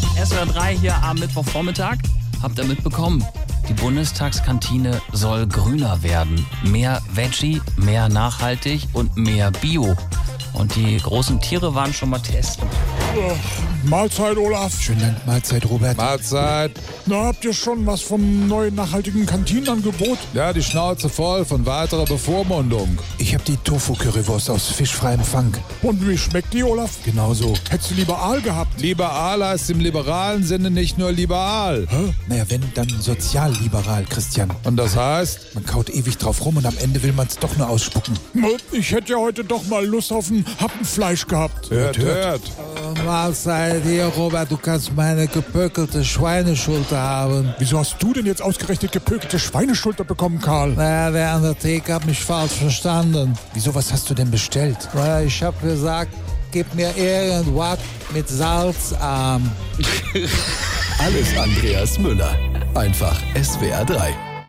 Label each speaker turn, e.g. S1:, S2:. S1: SWR 3 hier am Mittwochvormittag. Habt ihr mitbekommen? Die Bundestagskantine soll grüner werden. Mehr Veggie, mehr nachhaltig und mehr Bio. Und die großen Tiere waren schon mal testen.
S2: Mahlzeit, Olaf.
S3: Schönen Dank, Mahlzeit, Robert.
S4: Mahlzeit.
S2: Na, habt ihr schon was vom neuen nachhaltigen Kantinenangebot?
S4: Ja, die Schnauze voll von weiterer Bevormundung.
S3: Ich habe die Tofu-Currywurst aus fischfreiem Fang.
S2: Und wie schmeckt die, Olaf?
S3: Genauso.
S2: Hättest du lieber Aal gehabt?
S4: Liberal heißt im liberalen Sinne nicht nur liberal.
S3: Hä? Naja, wenn, dann sozialliberal, Christian.
S4: Und das heißt?
S3: Man kaut ewig drauf rum und am Ende will man es doch nur ausspucken.
S2: Ich hätte ja heute doch mal Lust auf ein Happenfleisch gehabt.
S4: Hört, hört.
S5: Äh, Mahlzeit hier, Robert. Du kannst meine gepökelte Schweineschulter haben.
S2: Wieso hast du denn jetzt ausgerechnet gepökelte Schweineschulter bekommen, Karl?
S5: Naja, der an der Theke hat mich falsch verstanden.
S3: Wieso, was hast du denn bestellt?
S5: Naja, ich habe gesagt, gib mir irgendwas mit Salzarm.
S6: Alles Andreas Müller. Einfach SWR 3.